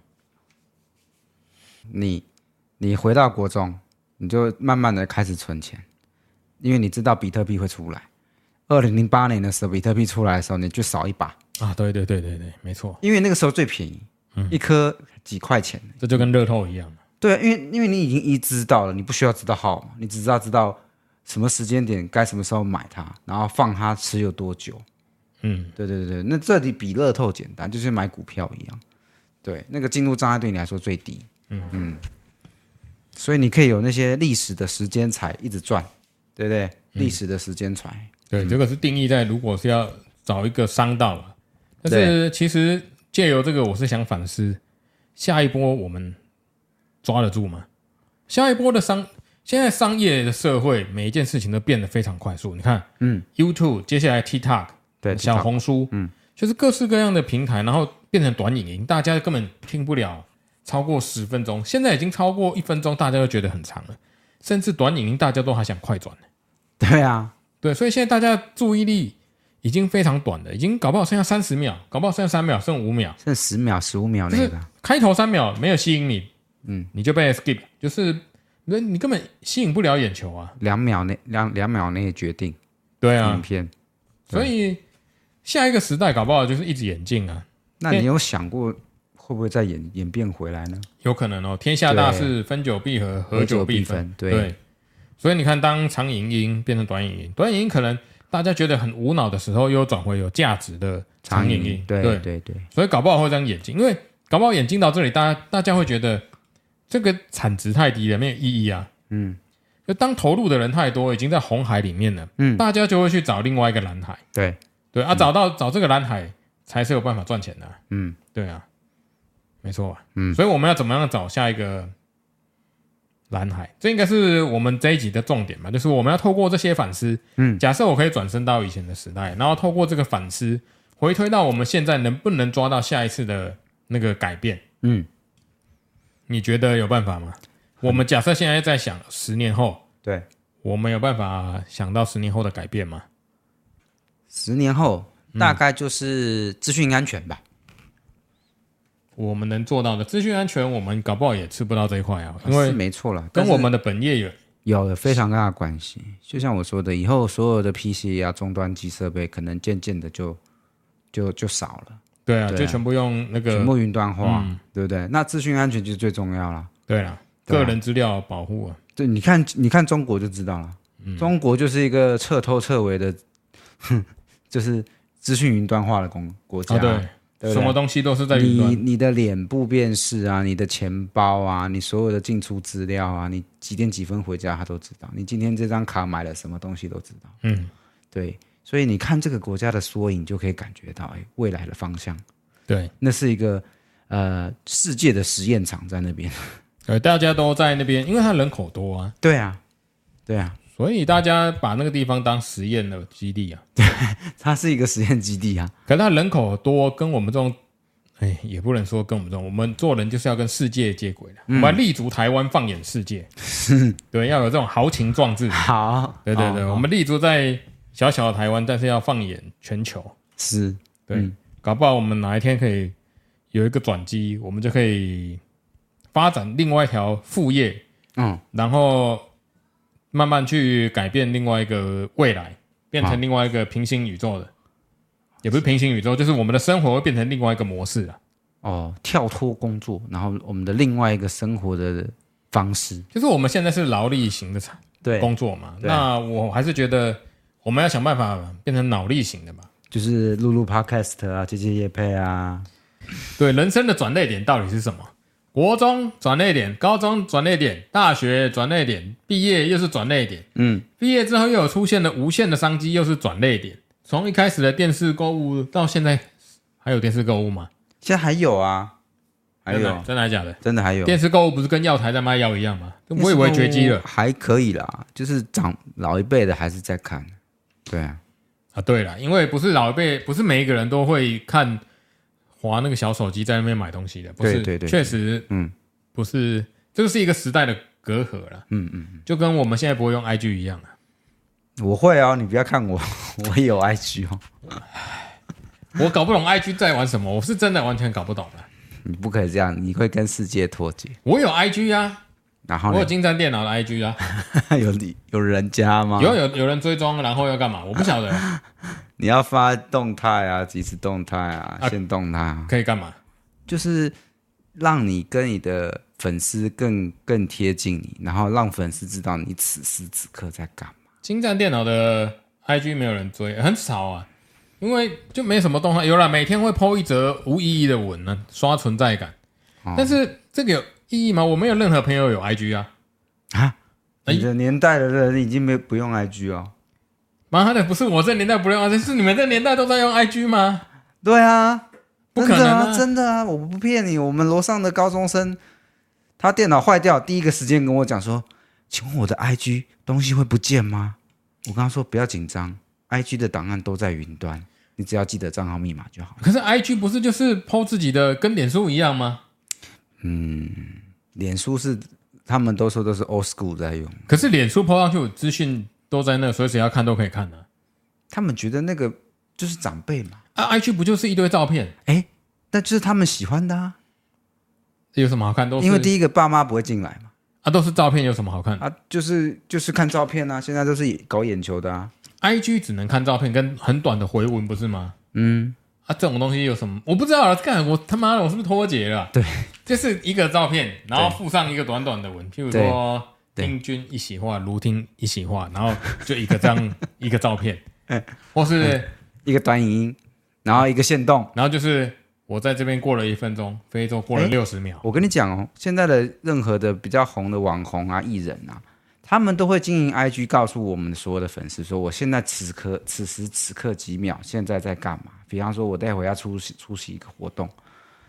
[SPEAKER 2] 你你回到国中，你就慢慢的开始存钱，因为你知道比特币会出来。二零零八年的时候，比特币出来的时候，你就少一把，
[SPEAKER 1] 啊，对对对对对，没错，
[SPEAKER 2] 因为那个时候最便宜，一颗几块钱。
[SPEAKER 1] 这就跟乐透一样。
[SPEAKER 2] 对啊，因为因为你已经一知道了，你不需要知道号码，你只知道知道什么时间点该什么时候买它，然后放它持有多久。
[SPEAKER 1] 嗯，
[SPEAKER 2] 对对对，对那这里比乐透简单，就是买股票一样。对，那个进入障碍对你来说最低。嗯所以你可以有那些历史的时间财一直赚，对不对？
[SPEAKER 1] 嗯
[SPEAKER 2] 历史的时间财，
[SPEAKER 1] 对，这个是定义在如果是要找一个商道啊。但是其实借由这个，我是想反思，下一波我们抓得住吗？下一波的商，现在商业的社会，每一件事情都变得非常快速。你看，嗯，YouTube，接下来 TikTok，
[SPEAKER 2] 对，
[SPEAKER 1] 小
[SPEAKER 2] 知道
[SPEAKER 1] 红书，嗯，就是各式各样的平台，然后变成短影音，大家根本听不了超过十分钟，现在已经超过一分钟，大家都觉得很长了，甚至短影音大家都还想快转。
[SPEAKER 2] 对啊，
[SPEAKER 1] 对，所以现在大家注意力已经非常短了，已经搞不好剩下三十秒，搞不好剩下三秒，剩五秒，
[SPEAKER 2] 剩十秒、十五秒
[SPEAKER 1] 就
[SPEAKER 2] 那
[SPEAKER 1] 是
[SPEAKER 2] 个，
[SPEAKER 1] 开头三秒没有吸引你，嗯，你就被 skip，就是你你根本吸引不了眼球啊。
[SPEAKER 2] 两秒内两两秒内决定
[SPEAKER 1] 对啊，
[SPEAKER 2] 影片。
[SPEAKER 1] 所以下一个时代搞不好就是一直演进啊，
[SPEAKER 2] 那你有想过会不会再演演变回来呢？
[SPEAKER 1] 有可能哦。天下大事，分久必合，合久必分。
[SPEAKER 2] 分，对
[SPEAKER 1] 对，所以你看，当长影音变成短影音，短影音可能大家觉得很无脑的时候，又转回有价值的长影音。
[SPEAKER 2] 对
[SPEAKER 1] 对
[SPEAKER 2] 对，对对，
[SPEAKER 1] 所以搞不好会这样眼睛，因为搞不好眼睛到这里，大家大家会觉得这个产值太低了，没有意义啊。
[SPEAKER 2] 嗯，
[SPEAKER 1] 就当投入的人太多，已经在红海里面了，
[SPEAKER 2] 嗯
[SPEAKER 1] 大家就会去找另外一个蓝海，
[SPEAKER 2] 对，
[SPEAKER 1] 对啊，找到找这个蓝海才是有办法赚钱的啊、
[SPEAKER 2] 嗯，
[SPEAKER 1] 对啊，没错吧？
[SPEAKER 2] 嗯
[SPEAKER 1] 所以我们要怎么样找下一个蓝海？这应该是我们这一集的重点嘛，就是我们要透过这些反思，
[SPEAKER 2] 嗯
[SPEAKER 1] 假设我可以转身到以前的时代，然后透过这个反思，回推到我们现在能不能抓到下一次的那个改变？
[SPEAKER 2] 嗯，
[SPEAKER 1] 你觉得有办法吗？我们假设现在在想十年后，
[SPEAKER 2] 对。
[SPEAKER 1] 我们有办法想到十年后的改变吗？
[SPEAKER 2] 十年后
[SPEAKER 1] 嗯
[SPEAKER 2] 大概就是资讯安全吧，
[SPEAKER 1] 我们能做到的资讯安全，我们搞不好也吃不到这一块啊，因
[SPEAKER 2] 是
[SPEAKER 1] 为
[SPEAKER 2] 没错了，
[SPEAKER 1] 跟
[SPEAKER 2] 但是
[SPEAKER 1] 我们的本业有
[SPEAKER 2] 有非常大的关系。就像我说的，以后所有的 PC 啊、终端机设备，可能渐渐的就就就少了，
[SPEAKER 1] 对啊，
[SPEAKER 2] 对啊
[SPEAKER 1] 就全部用那
[SPEAKER 2] 全
[SPEAKER 1] 个
[SPEAKER 2] 部云端化，
[SPEAKER 1] 嗯
[SPEAKER 2] 对不对？那资讯安全就是最重要了。
[SPEAKER 1] 对啦，
[SPEAKER 2] 对啊
[SPEAKER 1] 个人资料保护啊，
[SPEAKER 2] 对，你看，你看中国就知道了，
[SPEAKER 1] 嗯
[SPEAKER 2] 中国就是一个彻头彻尾的，哼，就是资讯云端化的国国家，
[SPEAKER 1] 啊对，
[SPEAKER 2] 对不对
[SPEAKER 1] 什么东西都是在云
[SPEAKER 2] 你
[SPEAKER 1] 端，
[SPEAKER 2] 你的脸部辨识啊，你的钱包啊，你所有的进出资料啊，你几点几分回家他都知道，你今天这张卡买了什么东西都知道。
[SPEAKER 1] 嗯，
[SPEAKER 2] 对，所以你看这个国家的缩影，就可以感觉到哎未来的方向，
[SPEAKER 1] 对，
[SPEAKER 2] 那是一个呃世界的实验场在那边。
[SPEAKER 1] 呃，大家都在那边，因为它人口多啊，
[SPEAKER 2] 对啊，对啊，
[SPEAKER 1] 所以大家把那个地方当实验的基地啊。
[SPEAKER 2] 它是一个实验基地啊。
[SPEAKER 1] 可是它人口多，跟我们这种，哎，也不能说跟我们这种，我们做人就是要跟世界接轨的，
[SPEAKER 2] 嗯
[SPEAKER 1] 我们要立足台湾，放眼世 界，对，要有这种豪情壮志。
[SPEAKER 2] 好，哦
[SPEAKER 1] 对对
[SPEAKER 2] 好
[SPEAKER 1] 对，
[SPEAKER 2] 好
[SPEAKER 1] 我们立足在小小的台湾，但是要放眼全球。
[SPEAKER 2] 是
[SPEAKER 1] 对，
[SPEAKER 2] 嗯
[SPEAKER 1] 搞不好我们哪一天可以有一个转机，我们就可以发展另外一条副业，
[SPEAKER 2] 嗯，
[SPEAKER 1] 然后慢慢去改变另外一个未来，变
[SPEAKER 2] 啊
[SPEAKER 1] 成另外一个平行宇宙的，也不是平行宇宙，就是我们的生活会变成另外一个模式啊。
[SPEAKER 2] 哦，跳脱工作，然后我们的另外一个生活的方式。
[SPEAKER 1] 就是我们现在是劳力型的产
[SPEAKER 2] 对，
[SPEAKER 1] 工作嘛，
[SPEAKER 2] 对
[SPEAKER 1] 那我还是觉得我们要想办法变成脑力型的嘛。
[SPEAKER 2] 就是录录 podcast 啊，接接夜配啊，
[SPEAKER 1] 对人生的转捩点到底是什么？国中转捩点，高中转捩点，大学转捩点，毕业又是转捩点。
[SPEAKER 2] 嗯，
[SPEAKER 1] 毕业之后又有出现了无限的商机，又是转捩点。从一开始的电视购物到现在，还有电视购物吗？
[SPEAKER 2] 现在还有啊，还
[SPEAKER 1] 真的
[SPEAKER 2] 有，
[SPEAKER 1] 真的还假的？
[SPEAKER 2] 真的还有。
[SPEAKER 1] 电视购物不是跟药材在卖药一样吗？我以为绝迹了
[SPEAKER 2] 还可以啦，就是长老一辈的还是在看，对啊，
[SPEAKER 1] 啊！对了，因为不是老一辈，不是每一个人都会看划那个小手机在那边买东西的，不是？
[SPEAKER 2] 对对对
[SPEAKER 1] 确实，
[SPEAKER 2] 嗯，
[SPEAKER 1] 不是，这个是一个时代的隔阂了。
[SPEAKER 2] 嗯嗯，
[SPEAKER 1] 就跟我们现在不会用 IG 一样啊。
[SPEAKER 2] 我会哦，你不要看我， 我也有 IG 哦，
[SPEAKER 1] 我搞不懂 IG 在玩什么，我是真的完全搞不懂了。
[SPEAKER 2] 你不可以这样，你会跟世界脱节。
[SPEAKER 1] 我有 IG 啊，
[SPEAKER 2] 然后
[SPEAKER 1] 我有
[SPEAKER 2] 呢，
[SPEAKER 1] 金山电脑的 IG 啊，
[SPEAKER 2] 有你有人家吗？
[SPEAKER 1] 有有有人追踪，然后要干嘛？我不晓得
[SPEAKER 2] 你要发动态啊，即时动态啊，
[SPEAKER 1] 啊
[SPEAKER 2] 现动态啊，
[SPEAKER 1] 可以干嘛。
[SPEAKER 2] 就是让你跟你的粉丝更更贴近你，然后让粉丝知道你此时此刻在干嘛。
[SPEAKER 1] 金山电脑的 IG 没有人追，很少啊，因为就没什么动画。有啦，每天会 PO 一则无意义的文呢、刷存在感。但是这个有意义吗？我没有任何朋友有 IG 啊。哎
[SPEAKER 2] 你的年代的人已经没不用 IG 哦。
[SPEAKER 1] 妈的，不是我这年代不用啊 IG，是你们这年代都在用 IG 吗？
[SPEAKER 2] 对啊，
[SPEAKER 1] 不
[SPEAKER 2] 真
[SPEAKER 1] 可
[SPEAKER 2] 的
[SPEAKER 1] 能
[SPEAKER 2] 啊，
[SPEAKER 1] 啊
[SPEAKER 2] 真的啊，我不骗你，我们楼上的高中生，他电脑坏掉，第一个时间跟我讲说，请问我的 IG 东西会不见吗？我跟他说不要紧张，IG 的档案都在云端，你只要记得账号密码就好。
[SPEAKER 1] 可是 IG 不是就是 PO 自己的，跟脸书一样吗？
[SPEAKER 2] 脸书是他们都说都是 old school 在用，
[SPEAKER 1] 可是脸书 PO 上去，有资讯都在那，随时要看都可以看的、
[SPEAKER 2] 他们觉得那个就是长辈嘛，
[SPEAKER 1] 啊。IG 不就是一堆照片，
[SPEAKER 2] 哎，那就是他们喜欢的啊，
[SPEAKER 1] 有什么好看？都是
[SPEAKER 2] 因为第一个爸妈不会进来嘛，
[SPEAKER 1] 啊，都是照片，有什么好看、
[SPEAKER 2] 啊，就是就是看照片啊，现在都是搞眼球的啊，
[SPEAKER 1] i g 只能看照片跟很短的回文，不是吗？
[SPEAKER 2] 嗯，
[SPEAKER 1] 啊，这种东西有什么？我不知道啊，干我他妈的，我是不是脱节了啊、
[SPEAKER 2] 对，
[SPEAKER 1] 就是一个照片，然后附上一个短短的文，譬如说
[SPEAKER 2] 对
[SPEAKER 1] 听君一席话，如听一席话，然后就一个这样一个照片，或是
[SPEAKER 2] 一个短影音，然后一个线动。
[SPEAKER 1] 然后就是我在这边过了一分钟，非洲过了
[SPEAKER 2] 哎
[SPEAKER 1] 六十秒，
[SPEAKER 2] 我跟你讲哦，现在的任何的比较红的网红啊、艺人啊，他们都会经营 IG，告诉我们所有的粉丝说，我现在此刻、此时此刻几秒，现在在干嘛？比方说，我待会要出席出席一个活动，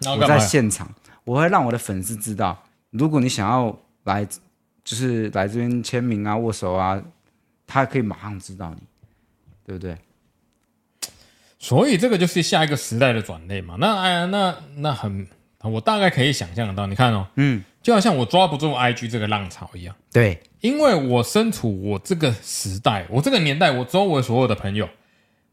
[SPEAKER 1] 然后
[SPEAKER 2] 我
[SPEAKER 1] 干
[SPEAKER 2] 在
[SPEAKER 1] 嘛？
[SPEAKER 2] 现场，我会让我的粉丝知道，如果你想要来，就是来这边签名啊、握手啊，他可以马上知道你，对不对？
[SPEAKER 1] 所以这个就是下一个时代的转类嘛。那哎呀，那那很，我大概可以想象得到。你看哦，
[SPEAKER 2] 嗯，
[SPEAKER 1] 就好像我抓不住 IG 这个浪潮一样，
[SPEAKER 2] 对，
[SPEAKER 1] 因为我身处我这个时代，我这个年代，我周围所有的朋友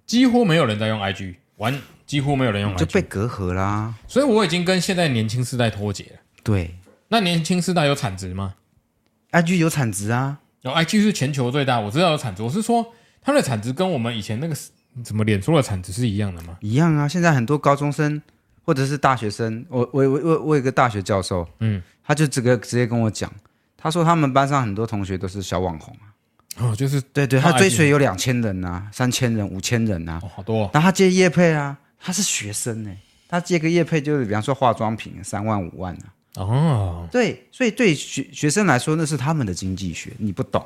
[SPEAKER 1] 几乎没有人在用 IG，玩几乎没有人用
[SPEAKER 2] 就
[SPEAKER 1] IG，
[SPEAKER 2] 被隔阂啦。
[SPEAKER 1] 所以我已经跟现在年轻世代脱节了。
[SPEAKER 2] 对
[SPEAKER 1] 那年轻世代有产值吗？哦
[SPEAKER 2] ，IG 有产值啊，
[SPEAKER 1] 有 IG 是全球最大，我知道有产值，我是说它的产值跟我们以前那个怎么脸书的产值是一样的吗？
[SPEAKER 2] 一样啊，现在很多高中生或者是大学生，我我我我我有一个大学教授，嗯，他就直接直接跟我讲，他说他们班上很多同学都是小网红啊，
[SPEAKER 1] 哦，就是
[SPEAKER 2] 对对，
[SPEAKER 1] 他
[SPEAKER 2] 他
[SPEAKER 1] IG
[SPEAKER 2] 追随有两千人啊，三千人、五千人啊，
[SPEAKER 1] 哦，好多、哦，
[SPEAKER 2] 然后他接业配啊，他是学生呢、欸他接个业配就是比方说化妆品三万五万啊，
[SPEAKER 1] 哦，
[SPEAKER 2] 对，所以对学学生来说那是他们的经济学，你不懂，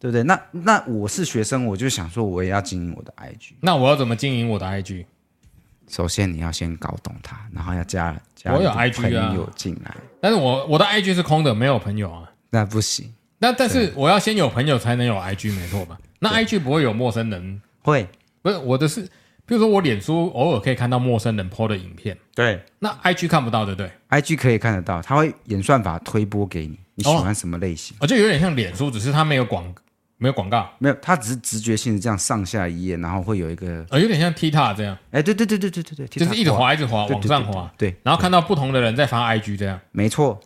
[SPEAKER 2] 对不对？那那我是学生，我就想说我也要经营我的 IG。
[SPEAKER 1] 那我要怎么经营我的 IG？
[SPEAKER 2] 首先你要先搞懂他，然后要加加
[SPEAKER 1] 我
[SPEAKER 2] 你
[SPEAKER 1] 有
[SPEAKER 2] 的
[SPEAKER 1] IG
[SPEAKER 2] 朋
[SPEAKER 1] 啊
[SPEAKER 2] 友进来，
[SPEAKER 1] 但是我我的 IG 是空的，没有朋友啊。
[SPEAKER 2] 那不行。
[SPEAKER 1] 那但是我要先有朋友才能有 IG，没错吧？那 IG 不会有陌生人，
[SPEAKER 2] 会，
[SPEAKER 1] 不是我的是，比如说我脸书偶尔可以看到陌生人 PO 的影片，
[SPEAKER 2] 对
[SPEAKER 1] 那 IG 看不到，对不对？
[SPEAKER 2] ，IG 可以看得到，它会演算法推播给你，你喜
[SPEAKER 1] 哦
[SPEAKER 2] 欢什么类型？
[SPEAKER 1] 哦，就有点像脸书，只是它没有广没有广告，
[SPEAKER 2] 没有，它只是直觉性的这样上下一页，然后会有一个，
[SPEAKER 1] 呃，有点像 TikTok 这样，
[SPEAKER 2] 哎，对对对对对对对，
[SPEAKER 1] 就是一直滑一直滑
[SPEAKER 2] 对，对
[SPEAKER 1] 往上滑，
[SPEAKER 2] 对，对
[SPEAKER 1] 然后看到不同的人在发 IG 这样。
[SPEAKER 2] 没错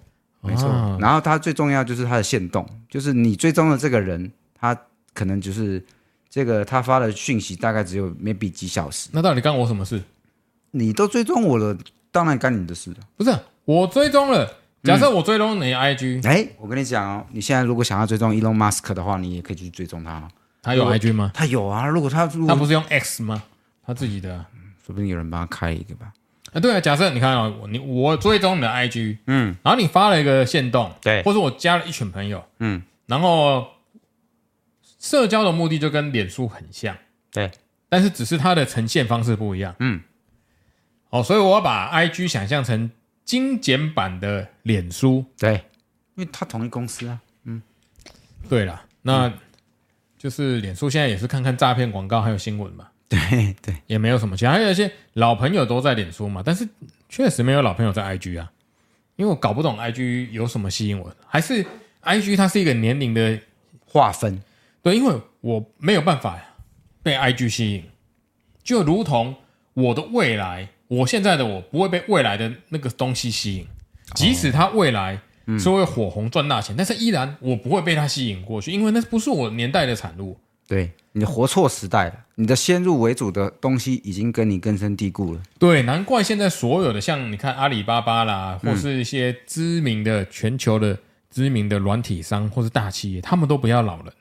[SPEAKER 2] 没错
[SPEAKER 1] 啊。
[SPEAKER 2] 然后它最重要就是它的限动，就是你追踪的这个人，他可能就是这个他发的讯息大概只有 maybe 几小时，
[SPEAKER 1] 那到底干我什么事？
[SPEAKER 2] 你都追踪我了，当然干你的事了。
[SPEAKER 1] 不是我追踪了，假设我追踪你的 IG，、
[SPEAKER 2] 哎，我跟你讲哦，你现在如果想要追踪 Elon Musk 的话，你也可以去追踪他哦。
[SPEAKER 1] 他有
[SPEAKER 2] 我
[SPEAKER 1] IG 吗？
[SPEAKER 2] 他有啊，如果他如
[SPEAKER 1] 他
[SPEAKER 2] 果
[SPEAKER 1] 不是用 X 吗？他自己的啊，
[SPEAKER 2] 说不定有人帮他开一个吧。
[SPEAKER 1] 啊对啊。假设你看啊，我你我追踪你的 IG，嗯，然后你发了一个限动，
[SPEAKER 2] 对
[SPEAKER 1] 或者我加了一群朋友，
[SPEAKER 2] 嗯，
[SPEAKER 1] 然后社交的目的就跟脸书很像，
[SPEAKER 2] 对，
[SPEAKER 1] 但是只是它的呈现方式不一样，
[SPEAKER 2] 嗯，
[SPEAKER 1] 哦，所以我要把 IG 想象成精简版的脸书。
[SPEAKER 2] 对，因为他同一公司啊。
[SPEAKER 1] 对了，那、
[SPEAKER 2] 嗯
[SPEAKER 1] 就是脸书现在也是看看诈骗广告还有新闻嘛。
[SPEAKER 2] 对对，
[SPEAKER 1] 也没有什么其他，还有一些老朋友都在脸书嘛，但是确实没有老朋友在 IG 啊，因为我搞不懂 IG 有什么吸引我的，还是 IG 它是一个年龄的，
[SPEAKER 2] 划分
[SPEAKER 1] 对，因为我没有办法被 IG 吸引，就如同我的未来，我现在的我不会被未来的那个东西吸引，即使它未来是会火红赚大钱，但是依然我不会被它吸引过去，因为那不是我年代的产物。
[SPEAKER 2] 对，你活错时代了，你的先入为主的东西已经跟你根深蒂固了。
[SPEAKER 1] 对，难怪现在所有的像你看阿里巴巴啦，或是一些知名的全球的知名的软体商或是大企业，他们都不要老人，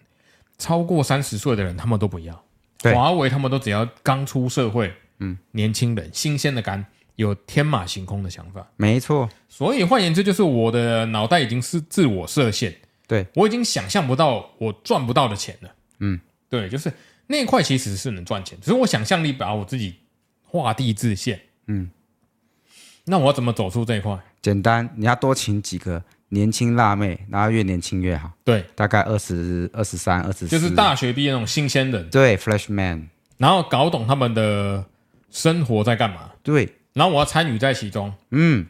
[SPEAKER 1] 超过三十岁的人他们都不要。
[SPEAKER 2] 对
[SPEAKER 1] 华为他们都只要刚出社会，嗯，年轻人新鲜的肝，有天马行空的想法。
[SPEAKER 2] 没错，
[SPEAKER 1] 所以换言之，就是我的脑袋已经是自我设限，
[SPEAKER 2] 对
[SPEAKER 1] 我已经想象不到我赚不到的钱了。嗯，对，就是那一块其实是能赚钱，只是我想象力把我自己画地自限。
[SPEAKER 2] 嗯，
[SPEAKER 1] 那我要怎么走出这一块？
[SPEAKER 2] 简单，你要多请几个年轻辣妹，然后越年轻越好，
[SPEAKER 1] 对，
[SPEAKER 2] 大概二十二十三、二十四，
[SPEAKER 1] 就是大学毕业那种新鲜人，
[SPEAKER 2] 对 freshman，
[SPEAKER 1] 然后搞懂他们的生活在干嘛，
[SPEAKER 2] 对，
[SPEAKER 1] 然后我要参与在其中。
[SPEAKER 2] 嗯，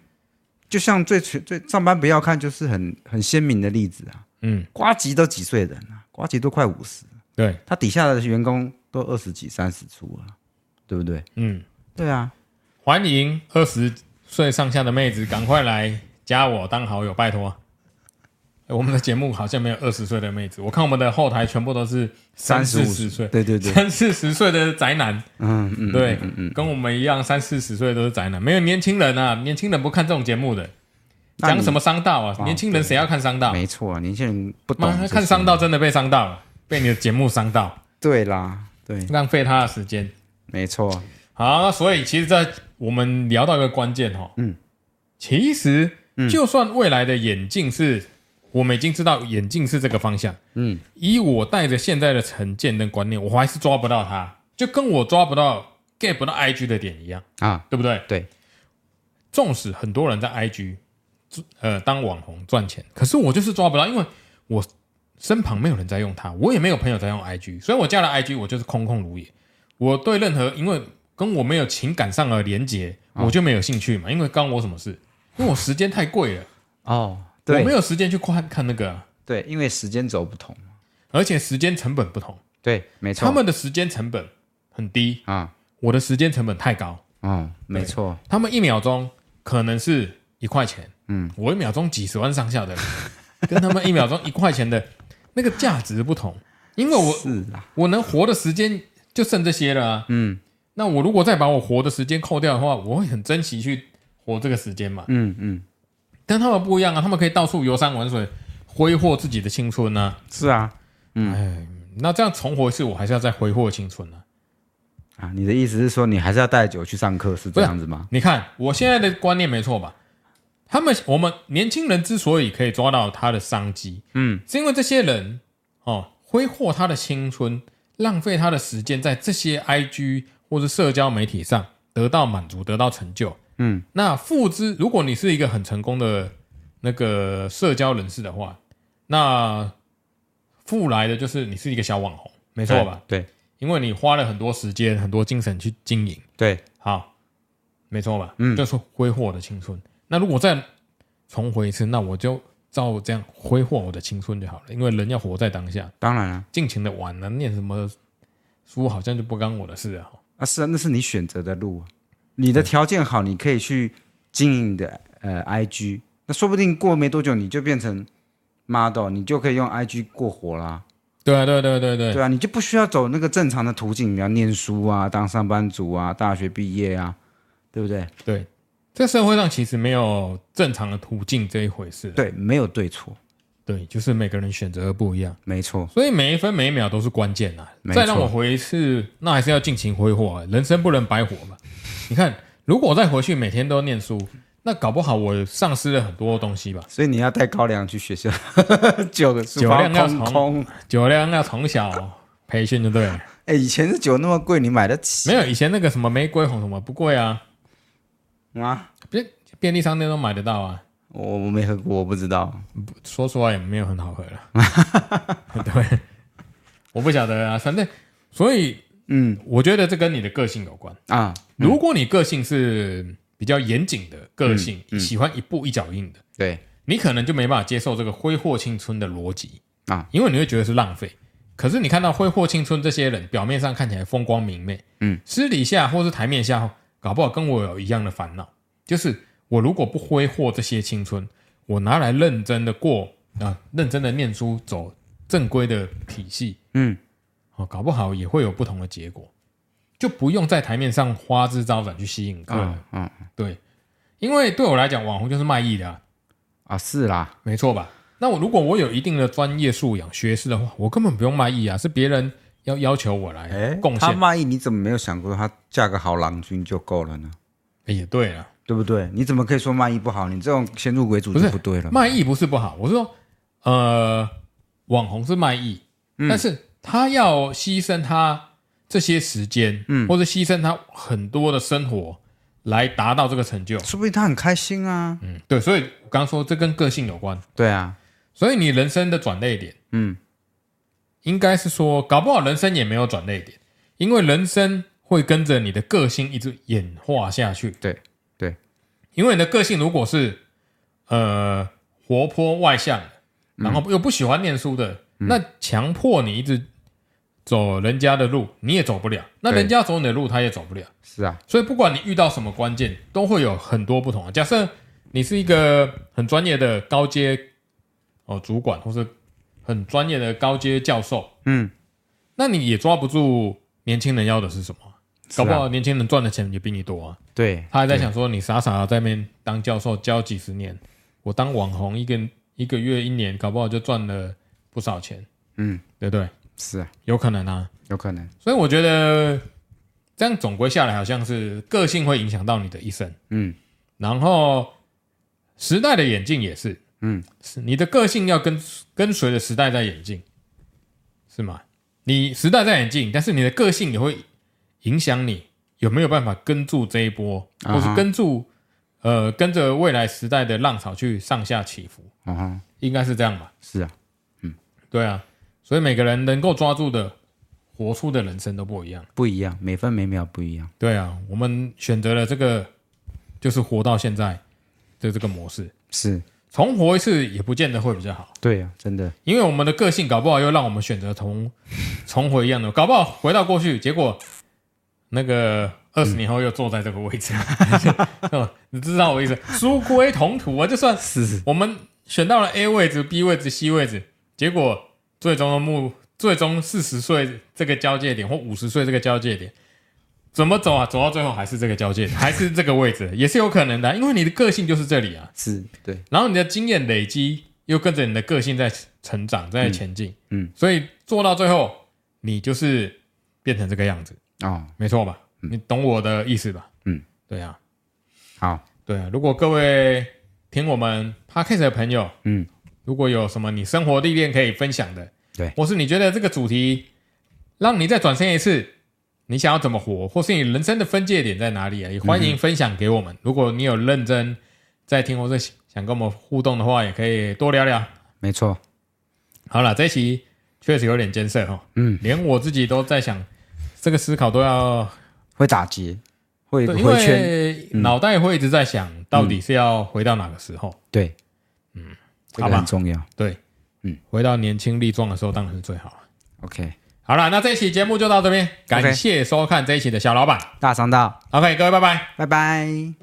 [SPEAKER 2] 就像最最上班不要看，就是很很鲜明的例子啊。
[SPEAKER 1] 嗯，
[SPEAKER 2] 瓜吉都几岁人啊？瓜吉都快五十，
[SPEAKER 1] 对，
[SPEAKER 2] 他底下的员工都二十几、三十出了，对不对？
[SPEAKER 1] 嗯，
[SPEAKER 2] 对啊，
[SPEAKER 1] 欢迎二十岁上下的妹子，赶快来加我当好友，拜托。哎我们的节目好像没有二十岁的妹子，我看我们的后台全部都是三四十岁，
[SPEAKER 2] 对对对，
[SPEAKER 1] 三四十岁的宅男，
[SPEAKER 2] 嗯嗯，
[SPEAKER 1] 对，
[SPEAKER 2] 嗯嗯，
[SPEAKER 1] 跟我们一样，三四十岁都是宅男，没有年轻人啊，年轻人不看这种节目的，
[SPEAKER 2] 那你啊
[SPEAKER 1] 讲什么商道啊？
[SPEAKER 2] 哦
[SPEAKER 1] 年轻人谁要看商道？
[SPEAKER 2] 没错，年轻人不懂
[SPEAKER 1] 妈，
[SPEAKER 2] 这些
[SPEAKER 1] 看商道，真的被商道了，被你的节目商道，
[SPEAKER 2] 对啦，对，
[SPEAKER 1] 浪费他的时间。
[SPEAKER 2] 没错，
[SPEAKER 1] 好，那所以其实，在我们聊到一个关键哈，
[SPEAKER 2] 嗯，
[SPEAKER 1] 其实就算未来的眼镜是，我们已经知道眼镜是这个方向，
[SPEAKER 2] 嗯，
[SPEAKER 1] 以我带着现在的成见跟观念，我还是抓不到它，就跟我抓不到 get 不到 IG 的点一样，
[SPEAKER 2] 啊，
[SPEAKER 1] 对不对？
[SPEAKER 2] 对，
[SPEAKER 1] 纵使很多人在 IG，呃，当网红赚钱，可是我就是抓不到，因为我身旁没有人在用它，我也没有朋友在用 IG，所以我加了 IG，我就是空空如也。我对任何因为跟我没有情感上的连结，
[SPEAKER 2] 啊
[SPEAKER 1] 我就没有兴趣嘛，因为关我什么事？因为我时间太贵了，
[SPEAKER 2] 哦，
[SPEAKER 1] 我没
[SPEAKER 2] 对
[SPEAKER 1] 有时间去看看那个啊、
[SPEAKER 2] 对，因为时间轴不同，
[SPEAKER 1] 而且时间成本不同，
[SPEAKER 2] 对，没错，
[SPEAKER 1] 他们的时间成本很低，
[SPEAKER 2] 啊，
[SPEAKER 1] 我的时间成本太高。
[SPEAKER 2] 哦，没错，
[SPEAKER 1] 他们一秒钟可能是一块钱，嗯，我一秒钟几十万上下的， 跟他们一秒钟一块钱的那个价值不同，因为我
[SPEAKER 2] 是啦，啊
[SPEAKER 1] 我能活的时间就剩这些了、啊。嗯，那我如果再把我活的时间扣掉的话，我会很珍惜去活这个时间嘛。
[SPEAKER 2] 嗯嗯，
[SPEAKER 1] 但他们不一样啊，他们可以到处游山玩水，挥霍自己的青春啊。
[SPEAKER 2] 是啊
[SPEAKER 1] 那这样重活一次，我还是要再挥霍青春啊。
[SPEAKER 2] 啊，你的意思是说你还是要带酒去上课是这样子吗？
[SPEAKER 1] 你看我现在的观念没错吧？他们我们年轻人之所以可以抓到他的商机，
[SPEAKER 2] 嗯，
[SPEAKER 1] 是因为这些人哦挥霍他的青春，浪费他的时间在这些 IG 或是社交媒体上得到满足，得到成就。
[SPEAKER 2] 嗯，
[SPEAKER 1] 那付之，如果你是一个很成功的那个社交人士的话，那付来的就是你是一个小网红，没
[SPEAKER 2] 没
[SPEAKER 1] 错吧？？
[SPEAKER 2] 哎对
[SPEAKER 1] 因为你花了很多时间、很多精神去经营。
[SPEAKER 2] 对，
[SPEAKER 1] 好，没错吧？
[SPEAKER 2] 嗯
[SPEAKER 1] 就是挥霍我的青春。那如果再重回一次，那我就照这样挥霍我的青春就好了，因为人要活在当下，
[SPEAKER 2] 当然啊，
[SPEAKER 1] 尽情的玩啊，念什么书好像就不干我的事啊。
[SPEAKER 2] 啊是啊，那是你选择的路啊，你的条件好，你可以去经营你的呃 IG，那说不定过没多久你就变成 model，你就可以用 IG 过活啦、
[SPEAKER 1] 对啊，对对对对，
[SPEAKER 2] 对啊，你就不需要走那个正常的途径，你要念书啊，当上班族啊，大学毕业啊，对不对？
[SPEAKER 1] 对，这社会上其实没有正常的途径这一回事啊。
[SPEAKER 2] 对，没有对错，
[SPEAKER 1] 对，就是每个人选择不一样，
[SPEAKER 2] 没错，
[SPEAKER 1] 所以每一分每一秒都是关键啊。
[SPEAKER 2] 没错
[SPEAKER 1] 再让我回一次，那还是要尽情挥霍、啊，人生不能白活嘛。你看，如果我再回去每天都念书，那搞不好我丧失了很多东西吧。
[SPEAKER 2] 所以你要带高粱去学校， 酒个书
[SPEAKER 1] 酒
[SPEAKER 2] 包
[SPEAKER 1] 量要
[SPEAKER 2] 空
[SPEAKER 1] 从
[SPEAKER 2] 空。
[SPEAKER 1] 酒量要从小 培训，就对了。
[SPEAKER 2] 哎、以前的酒那么贵，你买得起
[SPEAKER 1] 没有以前那个什么玫瑰红什么不贵啊，
[SPEAKER 2] 吗？
[SPEAKER 1] 便利商店都买得到啊。
[SPEAKER 2] 我我没喝过，我不知道。
[SPEAKER 1] 说出来也没有很好喝了。 对，我不晓得啊，反正所以
[SPEAKER 2] 嗯
[SPEAKER 1] 我觉得这跟你的个性有关。
[SPEAKER 2] 啊，
[SPEAKER 1] 如果你个性是比较严谨的个性，喜欢一步一脚印的，
[SPEAKER 2] 对，
[SPEAKER 1] 你可能就没办法接受这个挥霍青春的逻辑
[SPEAKER 2] 啊，
[SPEAKER 1] 因为你会觉得是浪费。可是你看到挥霍青春这些人，表面上看起来风光明媚，
[SPEAKER 2] 嗯，
[SPEAKER 1] 私底下或是台面下，搞不好跟我有一样的烦恼，就是我如果不挥霍这些青春，我拿来认真的过啊，认真的念书，走正规的体系，
[SPEAKER 2] 嗯，
[SPEAKER 1] 哦，搞不好也会有不同的结果，就不用在台面上花枝招展去吸引客人。
[SPEAKER 2] 嗯嗯
[SPEAKER 1] 对，因为对我来讲，网红就是卖艺的、啊，
[SPEAKER 2] 啊，是啦，
[SPEAKER 1] 没错吧？那我如果我有一定的专业素养、学识的话，我根本不用卖艺啊，是别人要要求我来哎贡
[SPEAKER 2] 哎他
[SPEAKER 1] 献。
[SPEAKER 2] 卖艺，你怎么没有想过他价格好郎君就够了呢？
[SPEAKER 1] 哎也对啊，
[SPEAKER 2] 对不对？你怎么可以说卖艺不好？你这种先入为主
[SPEAKER 1] 不
[SPEAKER 2] 就是不对了。
[SPEAKER 1] 卖艺不是不好，我是说，呃，网红是卖艺，但是他要牺牲他这些时间，嗯，或者牺牲他很多的生活来达到这个成就。
[SPEAKER 2] 说不定他很开心啊。
[SPEAKER 1] 嗯，对，所以我刚刚说这跟个性有关，
[SPEAKER 2] 对啊，
[SPEAKER 1] 所以你人生的转捩点
[SPEAKER 2] 嗯，
[SPEAKER 1] 应该是说，搞不好人生也没有转捩点，因为人生会跟着你的个性一直演化下去。
[SPEAKER 2] 对对，
[SPEAKER 1] 因为你的个性如果是呃活泼外向的，
[SPEAKER 2] 嗯
[SPEAKER 1] 然后又不喜欢念书的，那强迫你一直走人家的路，你也走不了。那
[SPEAKER 2] 对
[SPEAKER 1] 人家走你的路，他也走不了。
[SPEAKER 2] 是啊，
[SPEAKER 1] 所以不管你遇到什么关键，都会有很多不同的。啊假设你是一个很专业的高阶哦主管，或是很专业的高阶教授，
[SPEAKER 2] 嗯，
[SPEAKER 1] 那你也抓不住年轻人要的是什么。
[SPEAKER 2] 是
[SPEAKER 1] 搞
[SPEAKER 2] 啊
[SPEAKER 1] 不好年轻人赚的钱也比你多啊！
[SPEAKER 2] 对，
[SPEAKER 1] 他还在想说，你傻傻的在那边当教授教几十年，我当网红一个一个月一年，搞不好就赚了不少钱，
[SPEAKER 2] 嗯，
[SPEAKER 1] 对不对？
[SPEAKER 2] 是啊，
[SPEAKER 1] 有可能啊。
[SPEAKER 2] 有可能，
[SPEAKER 1] 所以我觉得这样总归下来，好像是个性会影响到你的一生。
[SPEAKER 2] 嗯
[SPEAKER 1] 然后时代的演进也是，
[SPEAKER 2] 嗯，
[SPEAKER 1] 是你的个性要跟跟随着时代在演进，是吗？你时代在演进，但是你的个性也会影响你有没有办法跟住这一波，
[SPEAKER 2] 啊
[SPEAKER 1] 或
[SPEAKER 2] 哈
[SPEAKER 1] 是跟住呃跟着未来时代的浪潮去上下起伏，
[SPEAKER 2] 啊哈，
[SPEAKER 1] 应该是这样吧？
[SPEAKER 2] 是啊，
[SPEAKER 1] 对啊，所以每个人能够抓住的、活出的人生都不一样。
[SPEAKER 2] 不一样，每分每秒不一样。
[SPEAKER 1] 对啊，我们选择了这个，就是活到现在的这个模式。
[SPEAKER 2] 是
[SPEAKER 1] 重活一次也不见得会比较好，
[SPEAKER 2] 对啊，真的
[SPEAKER 1] 因为我们的个性搞不好又让我们选择重重回一样的，搞不好回到过去，结果那个二十年后又坐在这个位置， 嗯、你知道我意思？殊归同途啊，就算
[SPEAKER 2] 是
[SPEAKER 1] 我们选到了 A 位置、B 位置、C 位置，结果最终的目最终四十岁这个交界点或五十岁这个交界点，怎么走啊？走到最后还是这个交界点，还是这个位置，也是有可能的啊，因为你的个性就是这里啊。
[SPEAKER 2] 是对，
[SPEAKER 1] 然后你的经验累积又跟着你的个性在成长，在前进，
[SPEAKER 2] 嗯嗯
[SPEAKER 1] 所以做到最后，你就是变成这个样子，
[SPEAKER 2] 哦，
[SPEAKER 1] 没错吧？你懂我的意思吧？
[SPEAKER 2] 嗯，
[SPEAKER 1] 对啊，
[SPEAKER 2] 好，
[SPEAKER 1] 对啊。如果各位听我们 podcast 的朋友，
[SPEAKER 2] 嗯，
[SPEAKER 1] 如果有什么你生活历练可以分享的，
[SPEAKER 2] 对
[SPEAKER 1] 或是你觉得这个主题让你再转身一次，你想要怎么活，或是你人生的分界点在哪里啊？也欢迎分享给我
[SPEAKER 2] 嗯
[SPEAKER 1] 们。如果你有认真在听或者想跟我们互动的话，也可以多聊聊。
[SPEAKER 2] 没错，
[SPEAKER 1] 好了，这一期确实有点艰涩哈，
[SPEAKER 2] 嗯，
[SPEAKER 1] 连我自己都在想，这个思考都要
[SPEAKER 2] 会打结，会
[SPEAKER 1] 对，因
[SPEAKER 2] 回圈，嗯
[SPEAKER 1] 为脑袋会一直在想，到底是要回到哪个时候？
[SPEAKER 2] 对，嗯，这
[SPEAKER 1] 好
[SPEAKER 2] 个
[SPEAKER 1] 吧
[SPEAKER 2] 很重要。
[SPEAKER 1] 对，
[SPEAKER 2] 嗯，
[SPEAKER 1] 回到年轻力壮的时候当然是最好。
[SPEAKER 2] OK，
[SPEAKER 1] 好了，那这一期节目就到这边，感谢收看这一期的小老板。
[SPEAKER 2] 大商道，
[SPEAKER 1] OK，各位，拜拜。
[SPEAKER 2] 拜拜。